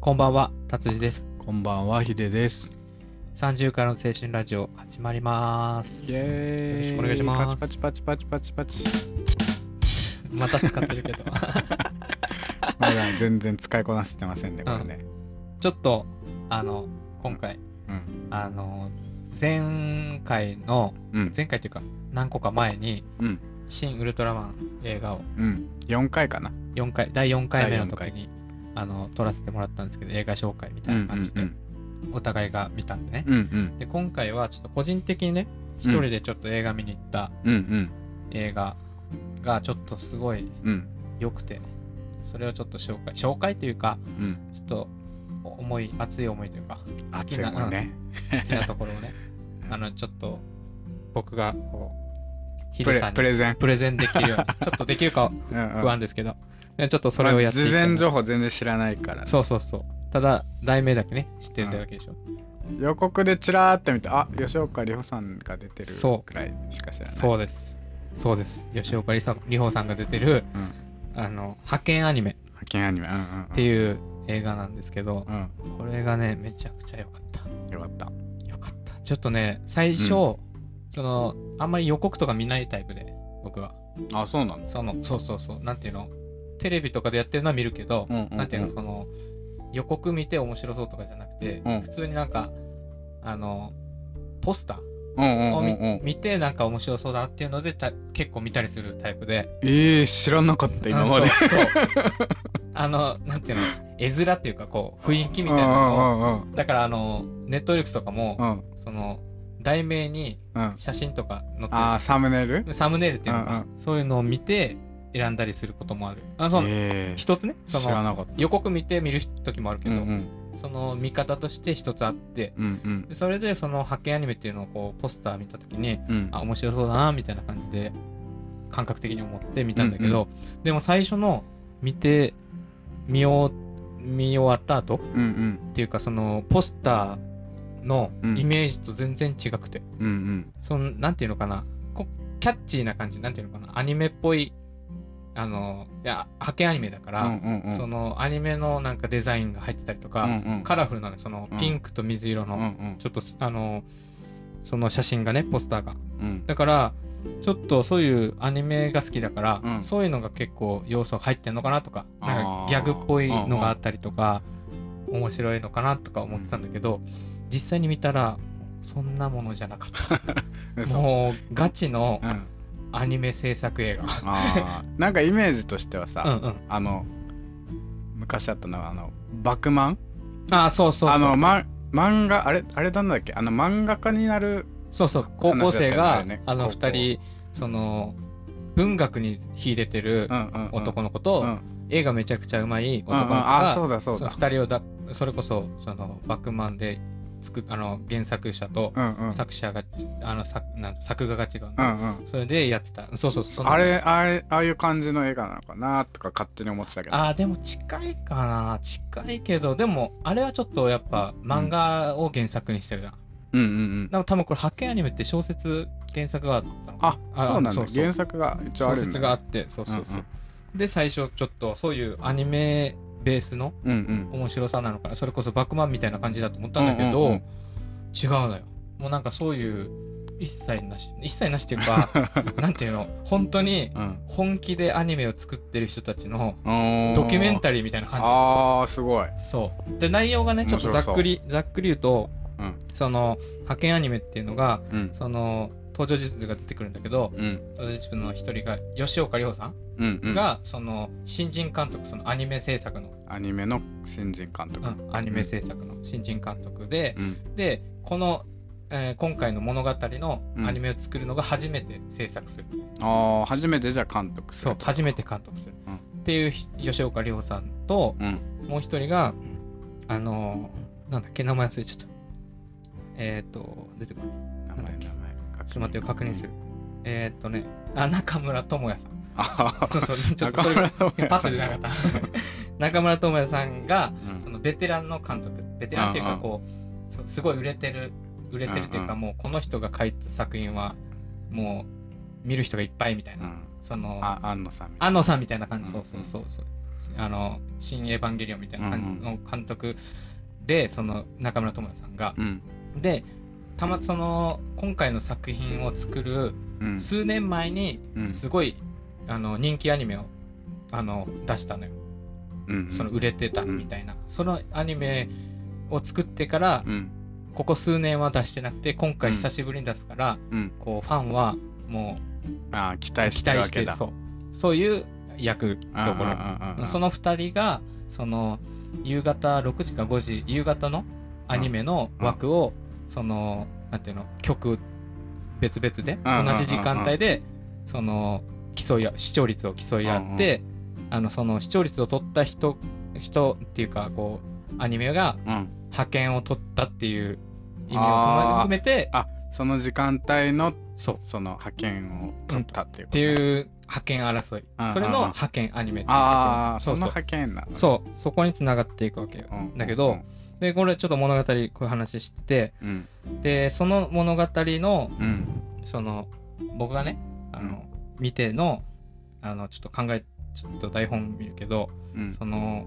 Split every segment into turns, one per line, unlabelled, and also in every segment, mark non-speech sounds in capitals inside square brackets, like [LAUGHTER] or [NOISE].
こんばんは、達治です。
こんばんは、ヒデです。
30からの青春ラジオ始まります。
イェー
よろし
イ。
くお願いします
パチパチパチパチパチパチ。
また使ってるけど。 [LAUGHS]
まだ全然使いこなせてませんね、これね。
ちょっと、あの、今回、
うん。
あの、前回の、
うん。
前回というか、何個か前に、
うん。
新ウルトラマン映画を
うん。4回かな。
4回、第4回目の時
第四
に、あの、撮らせてもらったんですけど、映画紹介み
う
たい
ん
な感じ
う
で、
ん
お互いが見たんでね。
うん。うん
で、今回はちょっと個人的にね、一人でちょっと映画見に行った
うん。うん
映画がちょっとすごい
うん。うん。
良くて、それをちょっと紹介、紹介というか、
うん。
ちょっと思い、熱い思いというか、好き
熱い
な、
もんね。
うん
[LAUGHS]
好きなところをね、あの、ちょっと僕がこう、ヒ
プ
デ
レ
さん
プ
に
レゼン。
プレゼンできるよう
[LAUGHS]
に、ちょっとできるか
不
不安ですけど、ねちょっとそれをやっていき
事
たいな
前情報全然知らないから。
そうそうそう。ただ、題名だけね、知ってるだけでしょ。
予告でチラーって見て、あ、吉岡里帆さんが出てる
そう
くらいしか知らない。
そう
う。
です。そうです。吉岡里帆里帆さんが出てる、
うん。
あの、派遣アニメ
派遣アニメ。うんうん。
って
う。
いう映画なんですけど、
うん。
これがね、めちゃくちゃ良かった。
よかった。
よかった。ちょっとね、最初、
うん
その、あんまり予告とか見ないタイプで、僕は。
あ、そうなんです。
その、そうそうそう、なんていうの、テレビとかでやってるのは見るけど、
うんうんうん
なんていうの、その、予告見て面白そうとかじゃなくて、
うん
普通になんか、あの、ポスタ
うん
ー
うん
を
うん
見,、
うん。
見て、なんか面白そうだなっていうので、た結構見たりするタイプで。
ええ、知らなかった、今まで
あ。そうそう。あの、なんていうの、絵面っていうか、こう、雰囲気みたいなのを、
うんうん
だから、あの、ネットフリックスとかも、
うんうん。
その、題名に、
うん。
写真とか載ってる
あーサムネイル
サムネイルっていうのが
う
そういうのを見て選んだりすることもある。あその
えー
一つね、そ
知ら
の
なかった
予告見て見る時もあるけ
うん
ど、
うん
その見方として一つあって、
うん
でそれでその派遣アニメっていうのをこうポスター見た時に、
うんうん
あ、面白そうだな、みたいな感じで感覚的に思って見たんだけど、でも最初の見て、見よう、見終わった後っ
うんうん
ていうかそのポスターの
うん
イメージと全然違くて、
うんうん
その、なんていうのかな、こキャッチーな感じ、なんていうのかな、アニメっぽい、あの、いや、派遣アニメだか
うん
ら、
うんうん
その、アニメのなんかデザインが入ってたりとか、
うんうん
カラフルなの、その
う、ん
ピンクと水色
う
の、
んうん
ちょっとす、あの、その写真がね、ポスターが。
うん
だから、ちょっとそういうアニメが好きだから、
うん
そういうのが結構要素入ってんのかなとか、
あー
なんかギャグっぽいのがあったりとか、面白いのかなとか思ってたんだけど、実際に見たら、そんなものじゃなかった。
でそう
もうガチの
うん
アニメ制作映画。
あーなんかイメージとしては
うんう
さ
ん。
あの昔あったのはあのバクマン
ああ、そうそうそう。
あのま漫画あれあれなんだっけあの漫画家になる
そうそう。高校生が、
話だったよね
あの
高校
二人、その、文学に秀でてる
うんうんうん
男の子
うん
と、
うん
絵がめちゃくちゃうまい
うん
男の子
あーそう
が、
だそう
その
だ
二人をだ、それこそ、その、バックマンで作っ、あの、原作者と
うんうん
作者が、あの、作なん作画が違うの、
うんうん
それでやってた。そうそう、その
あれあれああいう感じの映画なのかなとか勝手に思ってたけど
ああ、でも近いかな。近いけど、でも、あれはちょっとやっぱ漫画を原作にしてるな。
うんうんうん
でも多分これ、派遣アニメって小説原作があったの
あ
あ
そうなん
そ
だ
うそう
原作が一応あ
小
るんだ
説があって、そうそうそう。
うん
で、最初ちょっとそういうアニメベースの
うんうん
面白さなのかな、それこそバックマンみたいな感じだと思ったんだけど、
うんうんうん
違うのよ。もうなんかそういう一切なし、一切なしっていう
[LAUGHS]
か、なんていうの、本当に
うん
本気でアニメを作ってる人たちのド
ド
キュメンタリーみたいな感じ。
ああすごい
そう。で、内容がね、ちょっとざっくり、ざっくり言うと、
うん
その、派遣アニメっていうのが、
うん
その、登場人物が出てくるんだけど、
うん
登場人物の一人が、吉岡里帆さ
うんうんん
が、その、新人監督、そのアニメ制作の、
アニメの新人監督
うんアニメ制作の新人監督で、
うん
で、この、えー今回の物語の
うん
アニメを作るのが初めて制作する。
ああ初めてじゃあ監督す
そう
る、
初めて監督する。
うん
っていうひ吉岡里帆さんと、
うん
もう一人が、あのーなんだっけ、名前忘れちゃった。えっ、と、出てこない。
名
なんだっ
前
け
名前
ちょっと待ってよ、確認する。えっ、とね、あ、中村智也さん。
あ
そうそう、 [LAUGHS] ちょっとそれがパスでなか
[LAUGHS]
った。中村智也さんが、そのベテランの監督、ベテランっていう
うん
か、
うん
こう、そすごい売れてる、売れてるっていうか、
うん
もうこの人が書いた作品は、もう見る人がいっぱいみたいな、
うん
その、
あ安野さんみたい
安野さんみたいな感じ、
うん
そうそうそうそう。あの、新エヴァンゲリオンみたいな感じの監督で、その中村智也さんが。
うん。
で、たま、その、今回の作品を作る
うん。
数年前に
う、ん
すごい、あの、人気アニメを、あの、出したのよ。
うん
その売れてたみたいな。そのアニメを作ってから
う、ん。
ここ数年は出してなくて、今回
うん
久しぶりに出すから、
うん。
こう、ファンはも
ああ、期
う
待し
期
て
待
るわ
し
け
て、
だ。
そう。そういう役ど
あー
ころ。
あーあーあー
その2人がその夕方6時か5時夕方のアニメの枠をそのなんていうの曲別々で
うんうんうん
同じ時間帯でその競い合視聴率を競い合ってあのその視聴率を取った人人っていうかこうアニメが
うん。
派遣を取ったっていう意味を
あー
含めて
あ、その時間帯の、
そうっ
その派遣を取ったっていうこと。
ていう派遣争い
うんうんうん
それの派遣アニメっていうところ
ああ、
そ
そうの
そう
派遣なのね。
そうそこにつながっていくわけよ
うん
だけど、で、これちょっと物語、こういう話して、
うん。
で、その物語の、
うん。
その、僕がね、あの、見ての、あの、ちょっと考え、ちょっと台本見るけど、
うん。
その、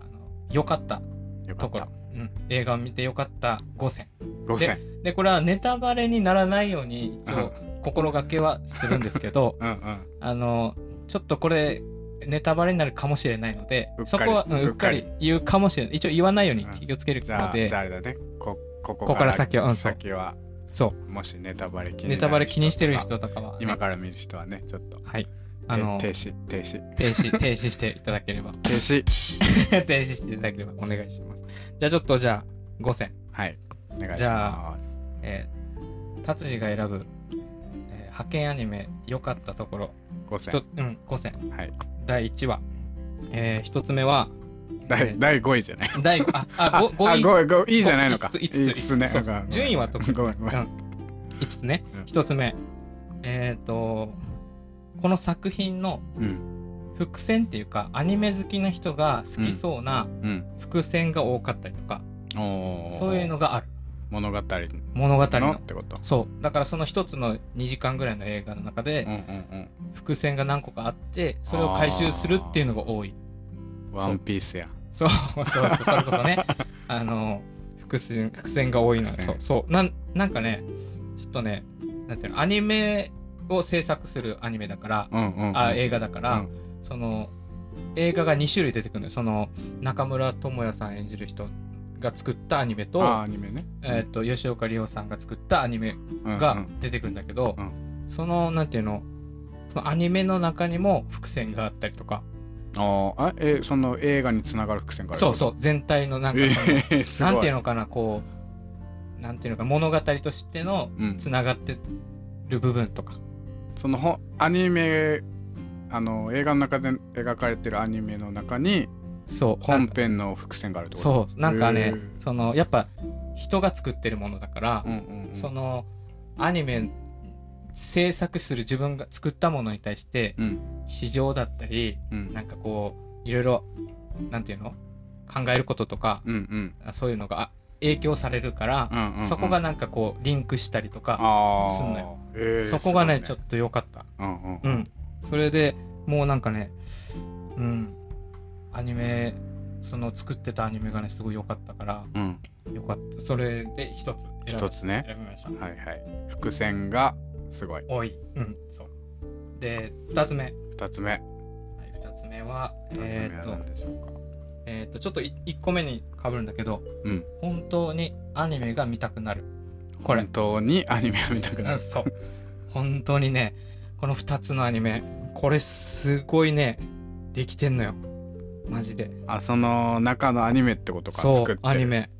あの良かった
よか
と
っ
こ
た
ろ。、うん、映画を見て良かった5選。
五千。
で、これはネタバレにならないように、一応、心がけはするんですけ
[LAUGHS]
ど、
うんうん。
あの、ちょっとこれ、ネタバレになるかもしれないので
う、っかり
そこは、うんうっか
うっ
り言うかもしれない。一応言わないように
うん
気をつける
じゃ
の
あ、
で
じゃ、ああれだね。こ、ここ
ここから先はうんそう
先は、
そう。
もしネタバレ気になる人
ネタバレ気にしてる
とか
人とかは、
今から見る人はね、ちょっと、
はい。あ
あ
の、
の停
停
止、停止、
止、停止していただけ
[LAUGHS]
れば、
停止。
停止していただければお願いします。じゃあちょっと、じゃあ、5選。
はい、お願いし
じゃ
ます。
えー、達治が選ぶ、えー派遣アニメ、良かったところ、
5
ひと
選。
うん、5選。
はい。
第1話。えー、1つ目は、え
第
ー
第5位じゃない。
第5、あ、
[LAUGHS]
あ、5、
あ
5位。
五位五位いいじゃないのか。
五つ五つ
五つね。
そう
なんか
順位は特に
ごめんごめん。
5つね
うん。
1つ目。えっ、と、この作品の
うん
伏線っていうか、アニメ好きな人が好きそうな
うん。
伏線が多かったりとか、
おー
そういうのがある。
物語
物語
の
の
っ。てこと。
そう。だからその一つの2時間ぐらいの映画の中
うん
で、
うん
伏線が何個かあって、それを回収するっていうのが多い。
うん。ワンピースや。
そうそうそう、それこそ
[LAUGHS]
ね、あの、伏線、伏線が多いのよ
伏線
そう、そう。なん、なんかね、ちょっとね、なんていうの、アニメを制作するアニメだから、
うんうんうん。
あ、映画だから、
うん
その、映画が2種類出てくるのよ。その、中村智也さん演じる人が作ったアニメと、
あアニメね。
えっ、と、吉岡里帆さんが作ったアニメ
うんう
が
ん
出てくるんだけど、
う
そのなんていうのそのアニメの中にも伏線があったりとか
あーあ、え、その映画につながる伏線から。
そうそう全体のなんか
え
その、
ーすご
[LAUGHS]
い。
なんていうのかなこうなんていうのか物語としての
うん
つながってる部分とか、
そのほアニメあの映画の中で描かれてるアニメの中に
そうなん
本
か
編の伏線があるってこと
そうなんかね
へー
そのやっぱ人が作ってるものだから、
うんうんうん
そのアニメ制作する自分が作ったものに対して
うん
市場だったり
うん
なんかこういろいろなんていうの考えることとか
うんうん
あそういうのがあ影響されるから
う、んうん
そこがなんかこうリンクしたりとか、
あー
すんのよ
へー
そこがねちょ
す
っと良かった、
ごいねうん
う
うん
ん、それでもうなんかねうんアニメその作ってたアニメがねすごい良かったから
うん
良かったそれで一つ選び
一つね
選びました
はいはい伏線がすごい
多いうんそうで二つ目、はい、
二つ目
二つ目は
二つ
えー
目
っ
は
と,、
何でしょうか
えーっとちょっとい一個目に被るんだけど
うん
本当にアニメが見たくなるこれ
本当にアニメが見たく
う
なる
ん [LAUGHS] そう。本当にね、この2つのアニメ、これすごいね、できてんのよ。マジで。
あその中のアニメってことか
そ
作っ
う
て、る
アニメ。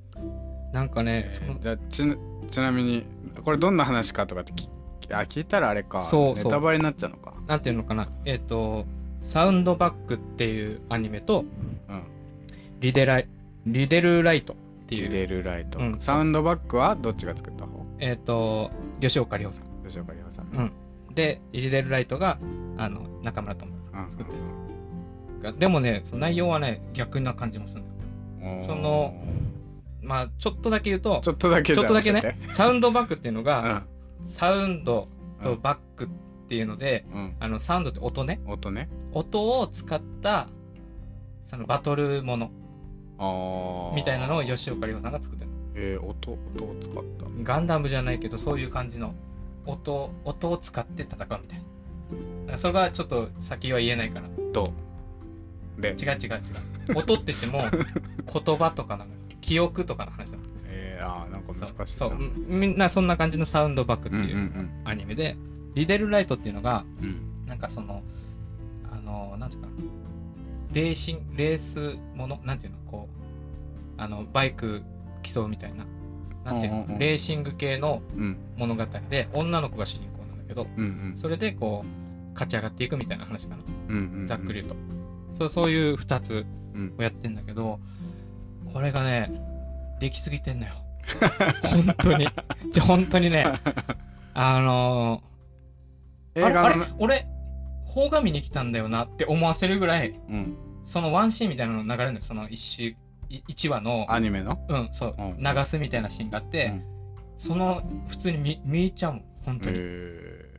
なんかね
え、ー
その
じゃあちなちなみにこれどんな話かとかって聞あ聞いたらあれか
そうそう
ネタバレになっちゃうのか
なんていうのかな、えっ、と、サウンドバックっていうアニメと、
うん
リデライリデルライトって
リ
いう、
デルライト、
うん
サウンドバックはどっちが作った方
えっ、と、吉岡里帆さん。
吉岡里帆さん、
で、リデルライトが、あの、中村智也さんが作ったやつが。でもね、その内容はね、逆な感じもするんだよ。
おー
そのまあ、ちょっとだけ言うと
ち、ょっとだけ
ちょっとだけね
じゃ
サウンドバックっていうの
あ
が、
教
サウンドとバックっていうので
えてうん、
あのサウンドって音ね
うん、音ね
音を使ったそのバトルもの
ああ。
みたいなのを
よ
吉岡里帆さんが作ってる
えー、音、音を使った。
ガンダムじゃないけどそういう感じの音音を使って戦うみたいなそれがちょっと先は言えないから
と。で、
違う違う違う音って言って
[LAUGHS]
も言葉とかなのよ記憶とかの話なの
えー、あーなんか難しいな。
そうそうみんなそんな感じのサウンドバックって
んん
いうアニメで、リデルライトっていうのが
うん。うん。
なんかそのあのなんていうかなレーシングレースものなんていうのこうあのバイク競うみたいななんていうの、
うんうんうん
レーシング系の
うん。
物語で女の子が主人公なんだけど
うんうん。
それでこう勝ち上がっていくみたいな話かな
うんうんうん
ざっくり言うと、そうそういう2つ
うん
をやってんだけどこれがねできすぎてんのよ
[LAUGHS]
本当にじゃ本当にねあの
映
ーあれあ
画
れ
の、
俺邦画見に来たんだよなって思わせるぐらい
うん、
そのワンシーンみたいなの流れるのよその1 1話の
アニメの
うんそう、
うん
流すみたいなシーンがあって、
うん
その普通に見見えちゃうもん本当に、
え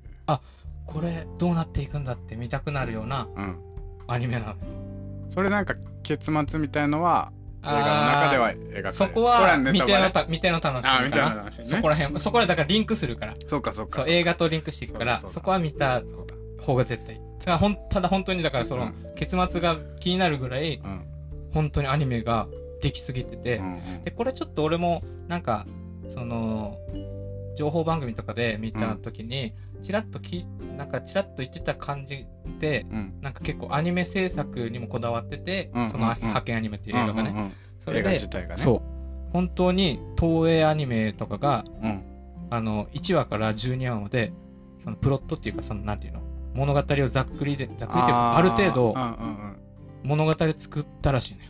これどうなっていくんだって見たくなるような
ーうん、
アニメなの
それなんか結末みたいのは映画の中では描かれる
そこ
れ
は
ネ
見
タバレ
てのた見ての楽しみ
あー
か
見ての
な、
楽しみね
そこら辺そこらだからリンクするから
そうかそうか
そう映画とリンクしていくから
そう
そ
だそうだ
こは見た
そうだ
方が絶対いいただほんただ本当にだからその、
うん
結末が気になるぐらい
うん
本当にアニメができすぎてて、
うんうん
でこれちょっと俺もなんかその情報番組とかで見た時に、ちらっときなんかちらっと言ってた感じで
うん
なんか結構アニメ制作にもこだわってて、
うん
その
うんうん
派遣アニメっていう映画がね、
うんうんうん
それ
映画
で
自体がね
そう本当に東映アニメとかが
う、ん、
あの1話から12話までそのプロットっていうかそのなんていうの物語をざっくりでざっくりっていうかある程度
うんうん
物語作ったらしいのよ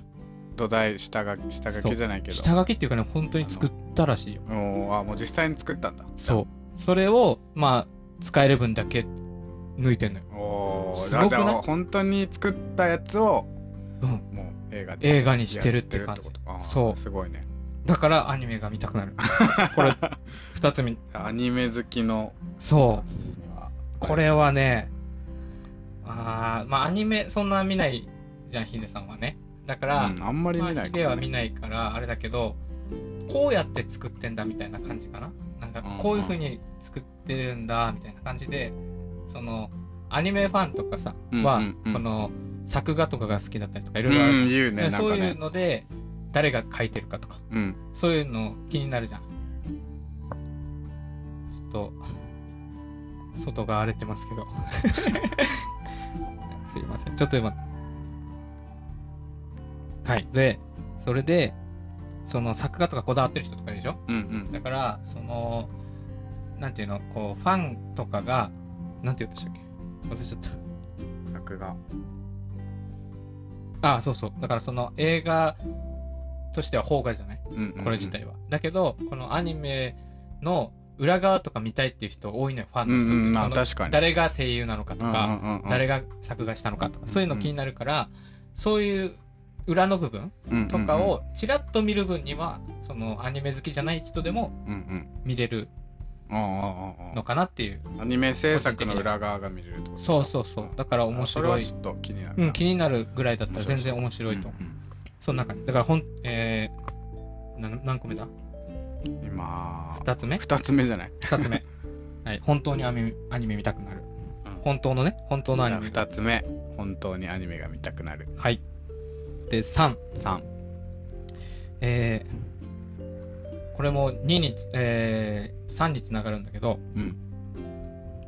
うん、土台下書き下書きじゃないけど
下書きっていうかね本当に作ったらしいよ
おーあもう実際に作ったんだ
そうそれをまあ使える分だけ抜いてんのよ、
おー
すごくない
じゃあじゃあ本当に作ったやつを
うん、
もう映画で
映画にしてるって感じ
やってるってことかあー
そう
すごいね
だからアニメが見たくな
[LAUGHS]
るこれ2つ見
アニメ好きの
そう
達人には
これはね、あーまあ、アニメそんな見ないじゃん、ヒデさんはね。だから、
うん、あんまり
ま
見
あ、
ない
ヒデは見
ね
ないから、あれだけど、こうやって作ってんだみたいな感じかな。なんか
うんうん、
こういう風に作ってるんだみたいな感じで、その、アニメファンとかさ、
うん
は
うんう、ん
この、作画とかが好きだったりとか、いろいろあ
う
る
ん、
じ
言う
ゃん
ね、なんかね。
そういうので、誰が書いてるかとか、
うん。
そういうの気になるじゃん。ちょっと、外が荒れてますけど。 [LAUGHS] すいません。ちょっと待って。はい。で、それで、その作画とかこだわってる人とかいるでしょ
うんうん。
だから、その、なんていうの、こう、ファンとかが、なんて言うんでしたっけ忘れちゃった。
作画。
ああ、そうそう。だからその映画としては邦画じゃない
うんうんうん
これ自。体は。だけど、このアニメの裏側とか見たいっていう人多いのよ、ファンの人って。
うんうんまあ
その
確かに
誰が声優なのかとか、
うんうんうん、
誰が作画したのかとか、そういうの気になるから、そういう裏の部分とかをちらっと見る分には、そのアニメ好きじゃない人でも
うんうん
見れる
うんうんうんうん
のかなっていう。
アニメ制作の裏側が見れるってこと
そうそうそう。だから面
それ
白
はいち。ょっと気になる
う
な。
ん、気になるぐらいだったら全然面白いと思う。
うん
その中に。だからほん、えー、な何個目だ
うん今、
?2 つ目
二つ目じゃない。
2つ目。
[LAUGHS]
はい、本当にアニメアニメ見たくなる。本当のね、本当のアニメ。
じゃあ二つ目。本当にアニメが見たくなる。
はい。で、3。
三。
えーこれも2につ、えー、3につながるんだけど、
うん。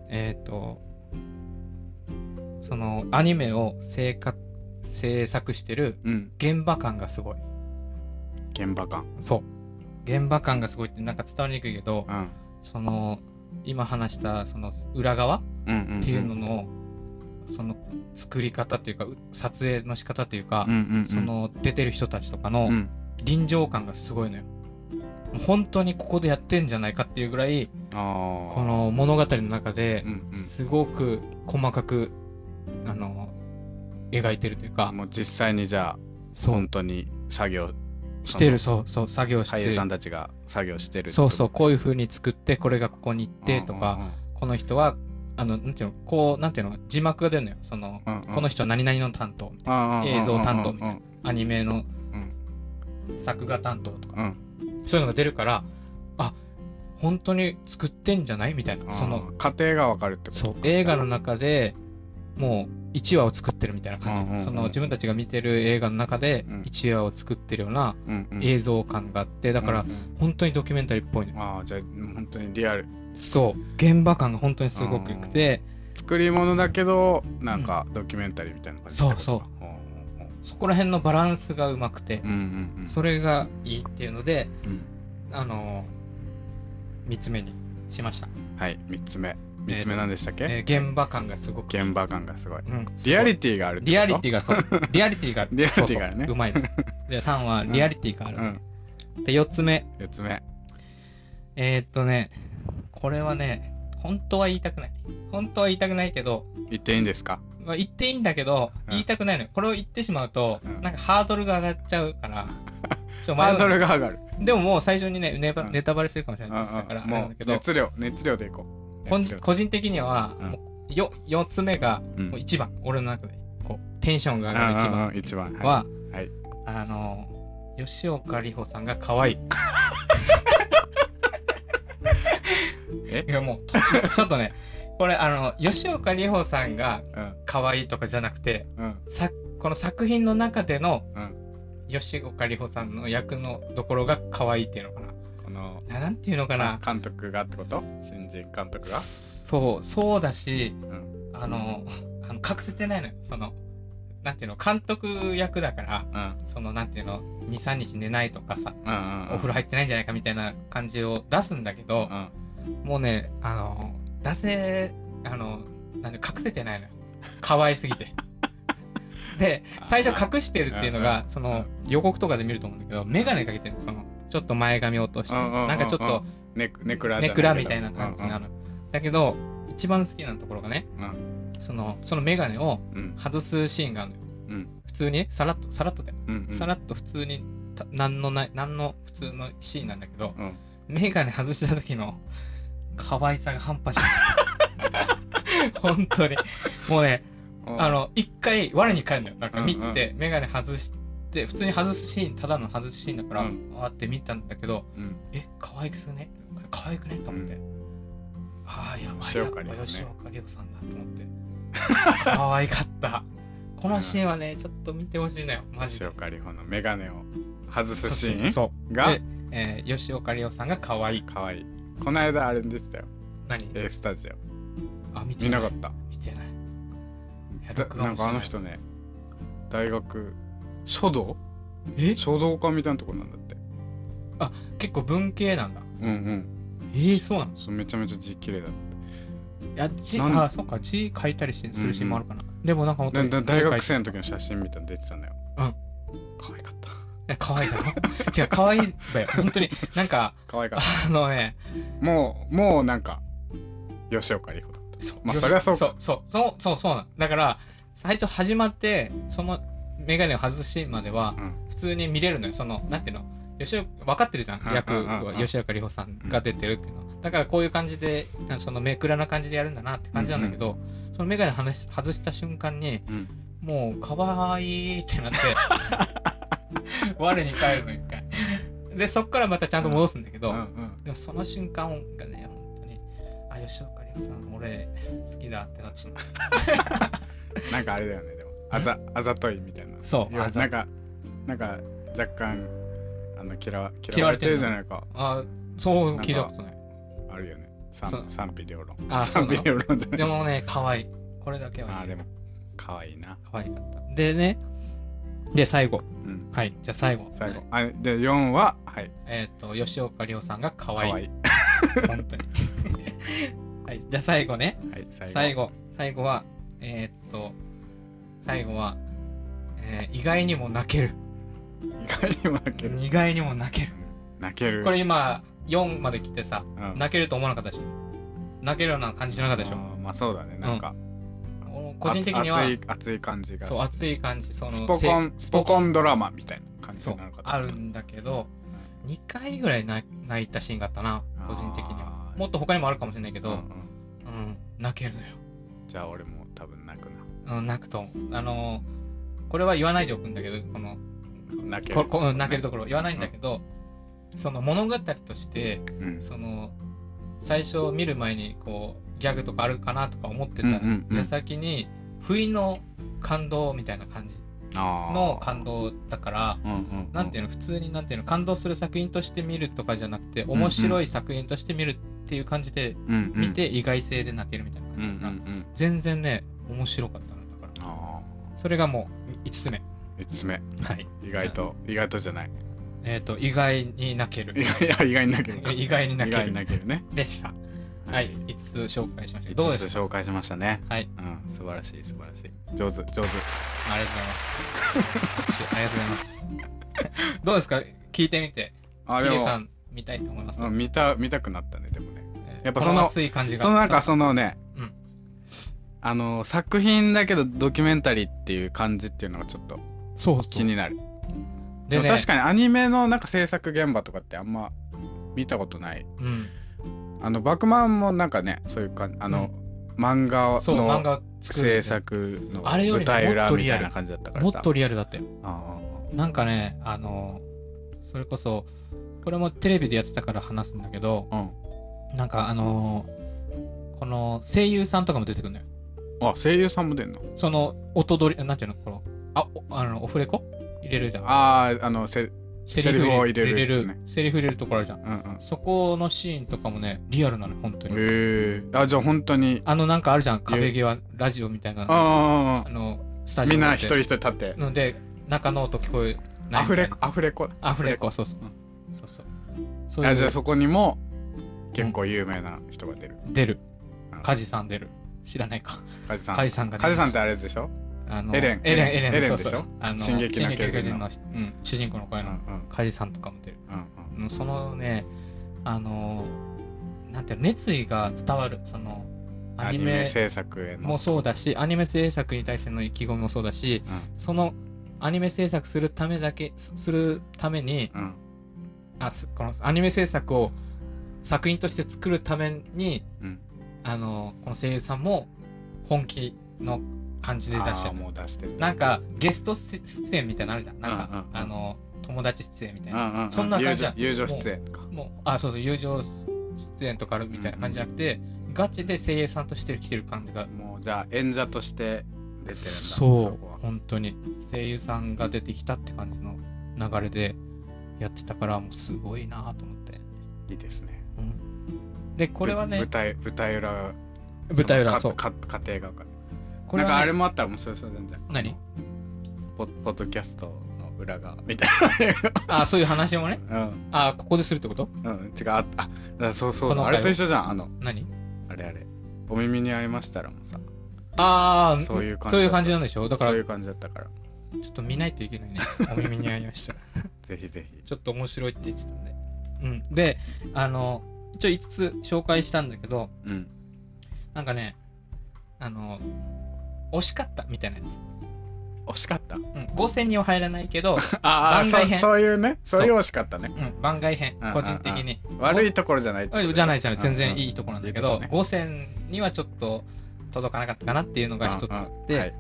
えっ、と、そのアニメを制作制作してる
うん。
現場感がすごい。
現場感。
そう。現場感がすごいってなんか伝わりにくいけど
う、ん。
その、今話したその裏側
うんうんん。
っていうのの、その作り方っていうか、う撮影の仕方っていうか、
うんうんうん。
その出てる人たちとかの
うん、
臨場感がすごいのよ。もう本当にここでやってんじゃないかっていうぐらい、
あー
こ、の物語の中で
うんうん
すごく細かく、あの、描いてるというか、
もう実際にじゃあ、
そう
本、当に作業
してる、そう、そう、作業して
俳優
る
さん。たちが作業してる
そうそう、
う
こういう風に作って、これがここに行ってとか、この人はあの、なんていうの、こう、なんていうの、字幕が出るのよ。その、この人何々の担当、
人
映像担当みたいなアニメの
うん
作画担当とか、
うん
そういうのが出るから、あ、本当に作ってんじゃないみたいな。その、
過程がわかるってこと
そう、映画の中でもう1話を作ってるみたいな感じ。
うんうんうん
その、自分たちが見てる映画の中で
うん
1話を作ってるような
うんうん
映像感があって、だから、本当にドキュメンタリーっぽいのよ。
ああじゃあ本当にリアル
そう、現場感が本当にすごく良くて、
作り物だけどなんかドキュメンタリーみたいな感じ
そうそう
う
そこら辺のバランスがうまくて、
んうんうん
それがいいっていうので、
うん
あのー、3つ目にしました、
はい3つ目3つ目何でしたっけ
えー現場感がすごく、
現場感がすごい
うん
リアリティがある
リアリティ
ィ
が
[LAUGHS]
そうリアリティが
リアリティがあるね
そうそううまいです
[LAUGHS]
で3はリアリティがある、
うん
で4つ目
4つ目
えー、っとねこれはね本当は言いたくない本当は言いたくないけど、
言っていいんですか
まあ、言っていいんだけど、
うん
言いたくないのよこれを言ってしまうと、
うん
なんかハードルが上がっちゃうから
[LAUGHS]
ちょっと迷
ハ
う
ードルが上がる
でももう最初にねネバ
うん
ネタバレするかもしれ
うん
ないですだからあ
うん
れな
も
んだ
う
けど、
熱量熱量でいこう
個
熱
人
量
個人的には、
うん
もうよ4つ目が
うん
もう一番、俺の中でこうテンションが上がる一
うんうん
番
うん一番
は、
はいはい
あの吉岡里帆さんが可愛い
え
いやもうとちょっとねこれあの吉岡里帆さんが
うん
可愛いとかじゃなくて
うん
さこの作品の中での
うん
吉岡里帆さんの役のところが可愛いっていうのか
この
なななんていうのかな
監督がってこと新人監督が
そうそうだし、
ん
あのあの隠せてないのよそのなんていうの監督役だから
うん
そのなんていうの23日寝ないとかさ、
うんうん
お風呂入ってないんじゃないかみたいな感じを出すんだけど
う、ん
もうねあの出せあのなんで隠せてないのよ可愛すぎ
[LAUGHS]
てで最初隠してるっていうのがその予告とかで見ると思うんだけど眼鏡かけてるのそのちょっと前髪落として
うんうんうんうん
なんかちょっと
ネクネクラ
ネ
じゃい
ク
けど
ラみたいな感じなの。だけど、一番好きなところがね、
う
その、そのメガネを
うん
外すシーンがあるのよ。
うん
普通に、さらっと、さらっとだよ。
うんうん
さらっと普通に、たなんのない、なんの普通のシーンなんだけど、
うん
メガネ外した時の可愛さが半端じゃ
[LAUGHS]
ない。本当に。もうね、
うん
あの、一回、我に返るのよ。なんか見て
う
て、メガネ外して、普通に外すシーン、ただの外すシーンだから、
う
あーって見たんだけど、
うん
え、可愛くすね可愛くねと思って。ああ、やばい。
吉岡里帆ね
やっぱ吉岡里帆さんだと思って。可愛かった。このシーンはね、ちょっと見てほしいのよ。マジ
吉
で。
岡里帆のメガネを外すシー
そう。
ンが
でえー吉岡里帆さんが可愛い。
可愛いこの間あれでしたよ
何
A スタジオ
あ、見て
見
な。
ないかった
見てない。いや
だ
録画も
な
し
ん
てい
かあの人ね大学書道
え
書道家みたいなとこなんだって
結構文系なんだ。
うんうん
えー、そうなの
そうめちゃめちゃ字綺麗だっ
いや、字、
なん
あ、そっか、字書いたりしするシーンもあるかな。でもなんか本
た
当
で
に
だ大学生の時の写真みたいなの出てたのよ
うん
可愛
[LAUGHS]
かった
いや可愛いだろ違う、可愛いんだよ。本当に。なんか、
可愛かっ
あのね、
たもうもうなんか吉岡里帆だった
そう。
まあそれはそうか
そう、そう、そう、そう、そうなん。だから、最初始まって、そのメガネを外すシーンまでは
う、ん
普通に見れるのよ。その、なんていうの、吉岡、分かってるじゃ
うん
ん。役
うんうんう
は
ん
吉岡里帆さんが出てるっていうのは。だからこういう感じで、そのめくらな感じでやるんだなって感じなんだけど、そのメガネ外し外した瞬間に、
うん
もう、可愛いって [LAUGHS] なって、我に返るの一回。で、そっからまたちゃんと戻すんだけ
う
ど、
んうん
でもその瞬間がね、本当に、あ、吉岡里帆さん、俺、好きだってなっちゃう。
なんかあれだよねでもあざあざといみたいな
そう
いや
あざ
なんかなんか若干あの嫌わ
嫌
嫌
われ
われ
て
て
るの
るじゃないか
あ、そう聞いたことない。
あるよね
そう
賛賛否両論
あそうな
賛
の
否両論じゃない
でもね、可愛いこれだけ
あ
は
ーでも可愛いな
可愛かった。でね、で、最後。
うん
はい、じゃあ最後。
最後
はい
あで4ははい
えっ、と、吉岡里帆さんが可
可
愛い
愛い
本当に。 [LAUGHS] はい、じゃあ最後ね。
はい
最後。最後は、えっ、と、最後は、えー意外にも泣ける。
意外にも泣ける
意外にも泣ける。
泣ける
これ今、4まで来てさ、
うん
泣けると思わなかったでしょ泣けるような感じしなかったでし
あ
ょ
ーまあそうだねなんか
俺個人的には
熱い熱い感じが
そう熱い感じその
スポコンスポコンドラマみたいな感
せ
じ
そう
なのかと
あるんだけど2回ぐらい泣泣いたシーンがあったな個人的には
あー
もっと他にもあるかもしれないけ
うんう
ど、
ん
うん泣けるのよ。
じゃあ俺も多分泣く
うん、泣くと思う。あの、これは言わないでおくんだけど、この、
な。泣ける。
ここの泣けるところ言わないんだけど、その物語として、
うん。
その、最初見る前に、こう、ギャグとかあるかなとか思って
うん
た
うんうん
矢先に、不意の感動みたいな感じ
あー
の感動だから、
うんうん。
なんていううの、普通になんていうの、感動する作品として見るとかじゃなくて、面白い作品として見るっていう感じで
の
見。て、意外性で泣けるみたいな
うんうん
感じだ
う
から、
ん。
全然ね、面白かったな、だから。
あ
それがもう5つ目。
あ。5つ目。
はい。
意外と、意外とじゃない。 [LAUGHS]
えっ、と、意外に泣ける
い。や、意外に泣ける。
意外に泣
意
け
外に
る。
泣けるね。
でした。はい、5つ紹介しました。ど
ど
う
う
で
ですす
か
紹介しましたね。
はい。
うん、素晴らしい、素晴らしい。上手、
ありがと
上手。
うございます。拍手ありがとうございます。どうですか聞いてみて。
あ、
ヒ
で
デさ
も、
ん見たいと思います。
うん見た、見たくなったね、でもね。やっぱ
こ
その
熱い感じが。
そのなんか、そのね
うん、
あの、作品だけどドキュメンタリーっていう感じっていうのがちょっと
そうそ
気
う。
になる。
で
でも
ね、
確かにアニメのなんか制作現場とかってあんま見たことない。
うん。
あの、バクマンもなんかね、そういう感じ、あの、漫画
そう、漫
の
画作るん
制
で。
作の
あれよりね
舞台
もっ
裏
と
み
リア
た
ル
いな感じだったから
もっ
さ
とリアルだったよ。
あ
なんかね、あの、それこそ、これもテレビでやってたから話すんだけど、
あうん
なんかあの、この声優さんとかも出てくるのよ。
あ声優さんも出んの
その音取り、なんていうの、この、あ、おあのオフレコ入れるじゃん。
あああのせセリフを入れる
入れ
やつね
る、セリフ入れるところあるじゃん。
うんうん
そこのシーンとかもね、リアルなのよ、本当に。
へえあじゃあ本当に
あの、なんかあるじゃん、壁際ラジオみたいな、あ
あ
の、ス
あ
タジオ
みん
があ
な
って
一人一人立って
ので、中の音聞こえない
アフレ
みたい
コアフレコ
な。アフレコ、そうそう。そうそう。そうい
あじゃあ
う、
そこにも結構有名な人が出る
出る
うん。
カジさん出る。知らないか。
梶さん
カジさんが出る。
梶さんってあれでしょ
あの
エレン
エレン、エレン、
エレン
そうそう
でしょ
あの、
進撃の巨人の
人うん主人公の
う
声
んう
の
ん
カジさんとかも出る。
うんうん
うんそのね、あのーなんていうの熱意が伝わる、そのア
ア
ニ
ニ
メ
メ制作への
もそうだし、アニメ制作に対しての意気込みもそうだし、
う
そのアニメ制作するためだけ、すするために、
んうん
あすこのアニメ制作を作品として作るために、
うん
あのーこの声優さんも本気の感じで出して
あー
る。
もう出してる
なんかゲスト出演みたいなのあるじゃん。なんか、
うんうんうん
あの友達出演みたいうな。
んうんうん
そんな感じだ
友情友情出演か
もうあそうそう友情出演とかあるみたいな感じじゃなくて、ガチで声優さんとして来てる感じが
もうじゃあ演者として出てるんだ
そう
こは
本当に声優さんが出てきたって感じの流れでやってたからもうすごいなと思って、
いいですね
うんでこれは
ぶ
ね
舞台舞台裏
舞台裏
そ
そう
のかか家庭が
こ
なんかあれ
ね
もあったら面白そう全然
何 [LAUGHS]
ポポッドキャストの裏側みたい
あそういう話もね
な
あここでするってこと
うんうん違うああだそうそう
この
あれと一緒じゃんあの
何
あれあれお耳に合いましたらもさ
ああ
そういう感じだった
そういう感じなんでしょだか
そ
ら
う
ち
いう感じだったから
ょっと見ないといけないねお耳に合いま
[LAUGHS]
した
ぜひぜひ
ちょっと面白いって言ってたんで。うん、で、あの、一応5つ紹介したんだけど、
うん
なんかね、あの、惜しかったみたいなやつ。
惜しかっ
[LAUGHS]
た
うん、5000人は入らないけ
[LAUGHS]
ど、
あ
番
ー
外編
そうそういうねそういう惜しかったね
うん、番外編
うん、
個人的に。
悪いところじゃないってこ
う
と
んじゃないじゃない、全然い
い
いところなんだけ
いい
ど、
とこね
5000にはちょっと届かなかったかなっていうのが一つあって、
はい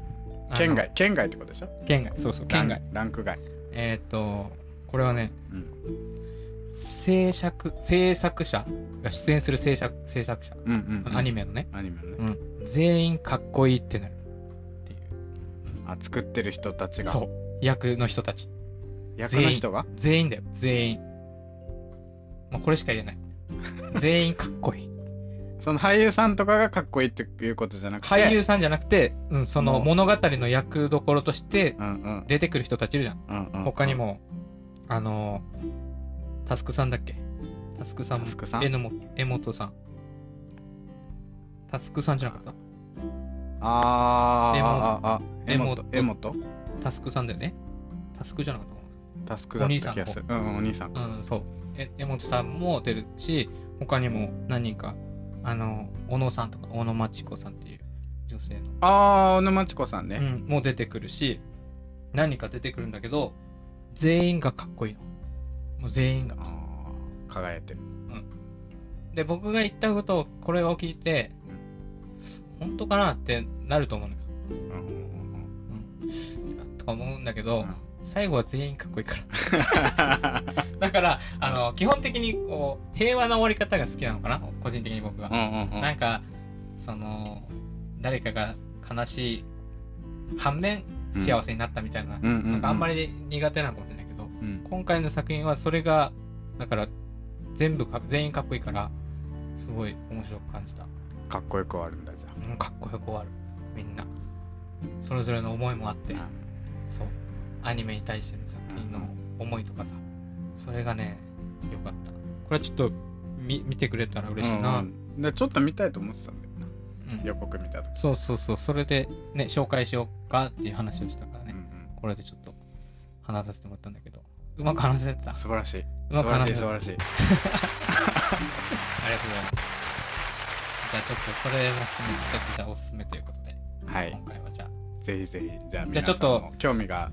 あの
県。外県外ってことでしょ
県外、そうそう、県
ラ
外。
ンランク外
えーっと、これはね、
うん
制作、制作者が出演する制作制作者、
うんうん
アニメのね、
アニメのね
うん、全員かっこいいってなるっていう
あ作ってる人たちが
そう役の人たち
役の人が
全員だよ全員もうこれしか言え
[LAUGHS]
ない全員かっこいい
その俳優さんとかがかっこいいっていうことじゃなくて
俳優さんじゃなくて、うん、その
もう
物語の役どころとして
うんうん
出てくる人たちいるじゃん
うんうん
他にも、あのータスクさんだっけタスクさんも
タスクさん
えのも江本さんタスクさんじゃなかった
あーあーあー
エ
エ
モ
モ
ト
トエモト
タスクさんだよねタスクじゃなかったかな
タスクだった気がするうんうんお兄さん
うん、そう。え江本さんも出るし、他にも何人か、あの、小野さんとか、小野真知子さんっていう女性の、
ああ小野真知子さん
う
ね
ん、もう出てくるし、何人か出てくるんだけど、全員がかっこいいの。もう全員が。
あ
[LAUGHS]
ー輝いてる
で、僕が言ったことを、これを聞いて、本当かなってなると思うのよ。
うんうんうん
とか思うんだけど、
うん
最後は全員かっこいいから。だから、あの、基本的にこう、平和な終わり方が好きなのかな、個人的に僕は。
うんうんうん
なんか、その、誰かが悲しい、反面、幸せになったみたいな、
うんうん
なんかあんま
り、
り苦手なのかもしれないけど、
うん
今回の作品はそれが、だから、全部か、全員かっこいいから、すごい面白く感じた。
かっこよく終わるんだじゃ
うんかっこよく終わる、みんな。それぞれの思いもあって、
あ
そう、アニメに対しての作品の思いとかさ、それがね、よかった。これはちょっと、み見てくれたら嬉しいな。
う
うん
うんでちょっと見たいと思ってたんだよなん予告見た時
そうそうそう、それでね、紹介しようかっていう話をしたから
う
ね、
ん
これでちょっと話させてもらったんだけど、うまく話せてた。
うん
う
素晴らしい
まく話せて
素
た。あ
晴
り
らしい素晴らしい
がとうございます。じゃあちょっとそれも含めて、ちょっとじゃあおすすめということで、
はい
今回はじゃあ。
ぜひぜひじゃあ
じゃあ
皆
ち
さ
ょっ
ん
と
も興味が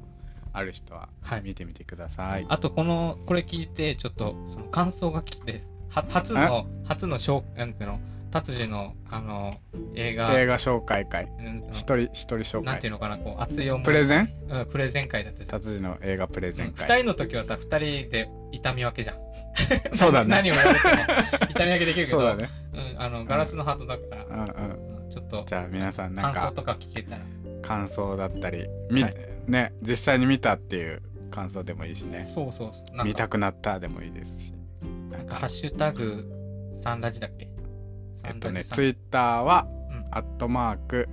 ある人は
はい
見てみてください
あとこの、これ聞いて、ちょっとその感想が聞きたいです。は初の、初の紹なんていうの、達治の、あの、映画、
映画紹介会
なんていうの
一人一人紹
なんてい
介
うのかな、こう、熱い思い。
プレゼン
うんプレゼン会だったじゃん
達治の映画プレゼン
2
会
人の時はさ2人で痛み分けじゃん
[LAUGHS] そうだね
何をやるても痛み分けできるけど
[LAUGHS] そうだね
うん、あのガラスのハートだから
う、んうん
うんちょっと
じゃあ皆さんなん
感想
か
とか聞けたら
感想だったりみ
はい
ね実際に見たっていう感想でもいいしね
そうそうそうなん
見た
か
くなったでもいいですし
なんかハッシュタグサンラジだっけサ
えっ
ン
と
ラ
ね、
ジさん
ツイッターは、
う
アットマーク、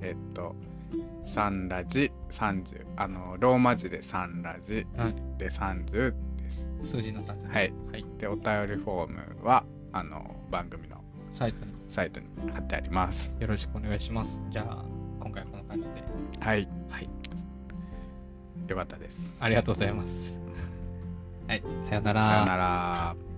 えっと、サンラジ30、あの、ローマ字でサンラジ
はい
で30です。
数字の3
はい。
はい、
で、お便りフォームは、あの、番組の
サイトに
サイトに貼ってあります。
よろしくお願いしますじゃあ今回はこんな感じで
はい。
はい
よかったです。 [LAUGHS]
ありがとうございますはいさよな
さ
ら
よなら。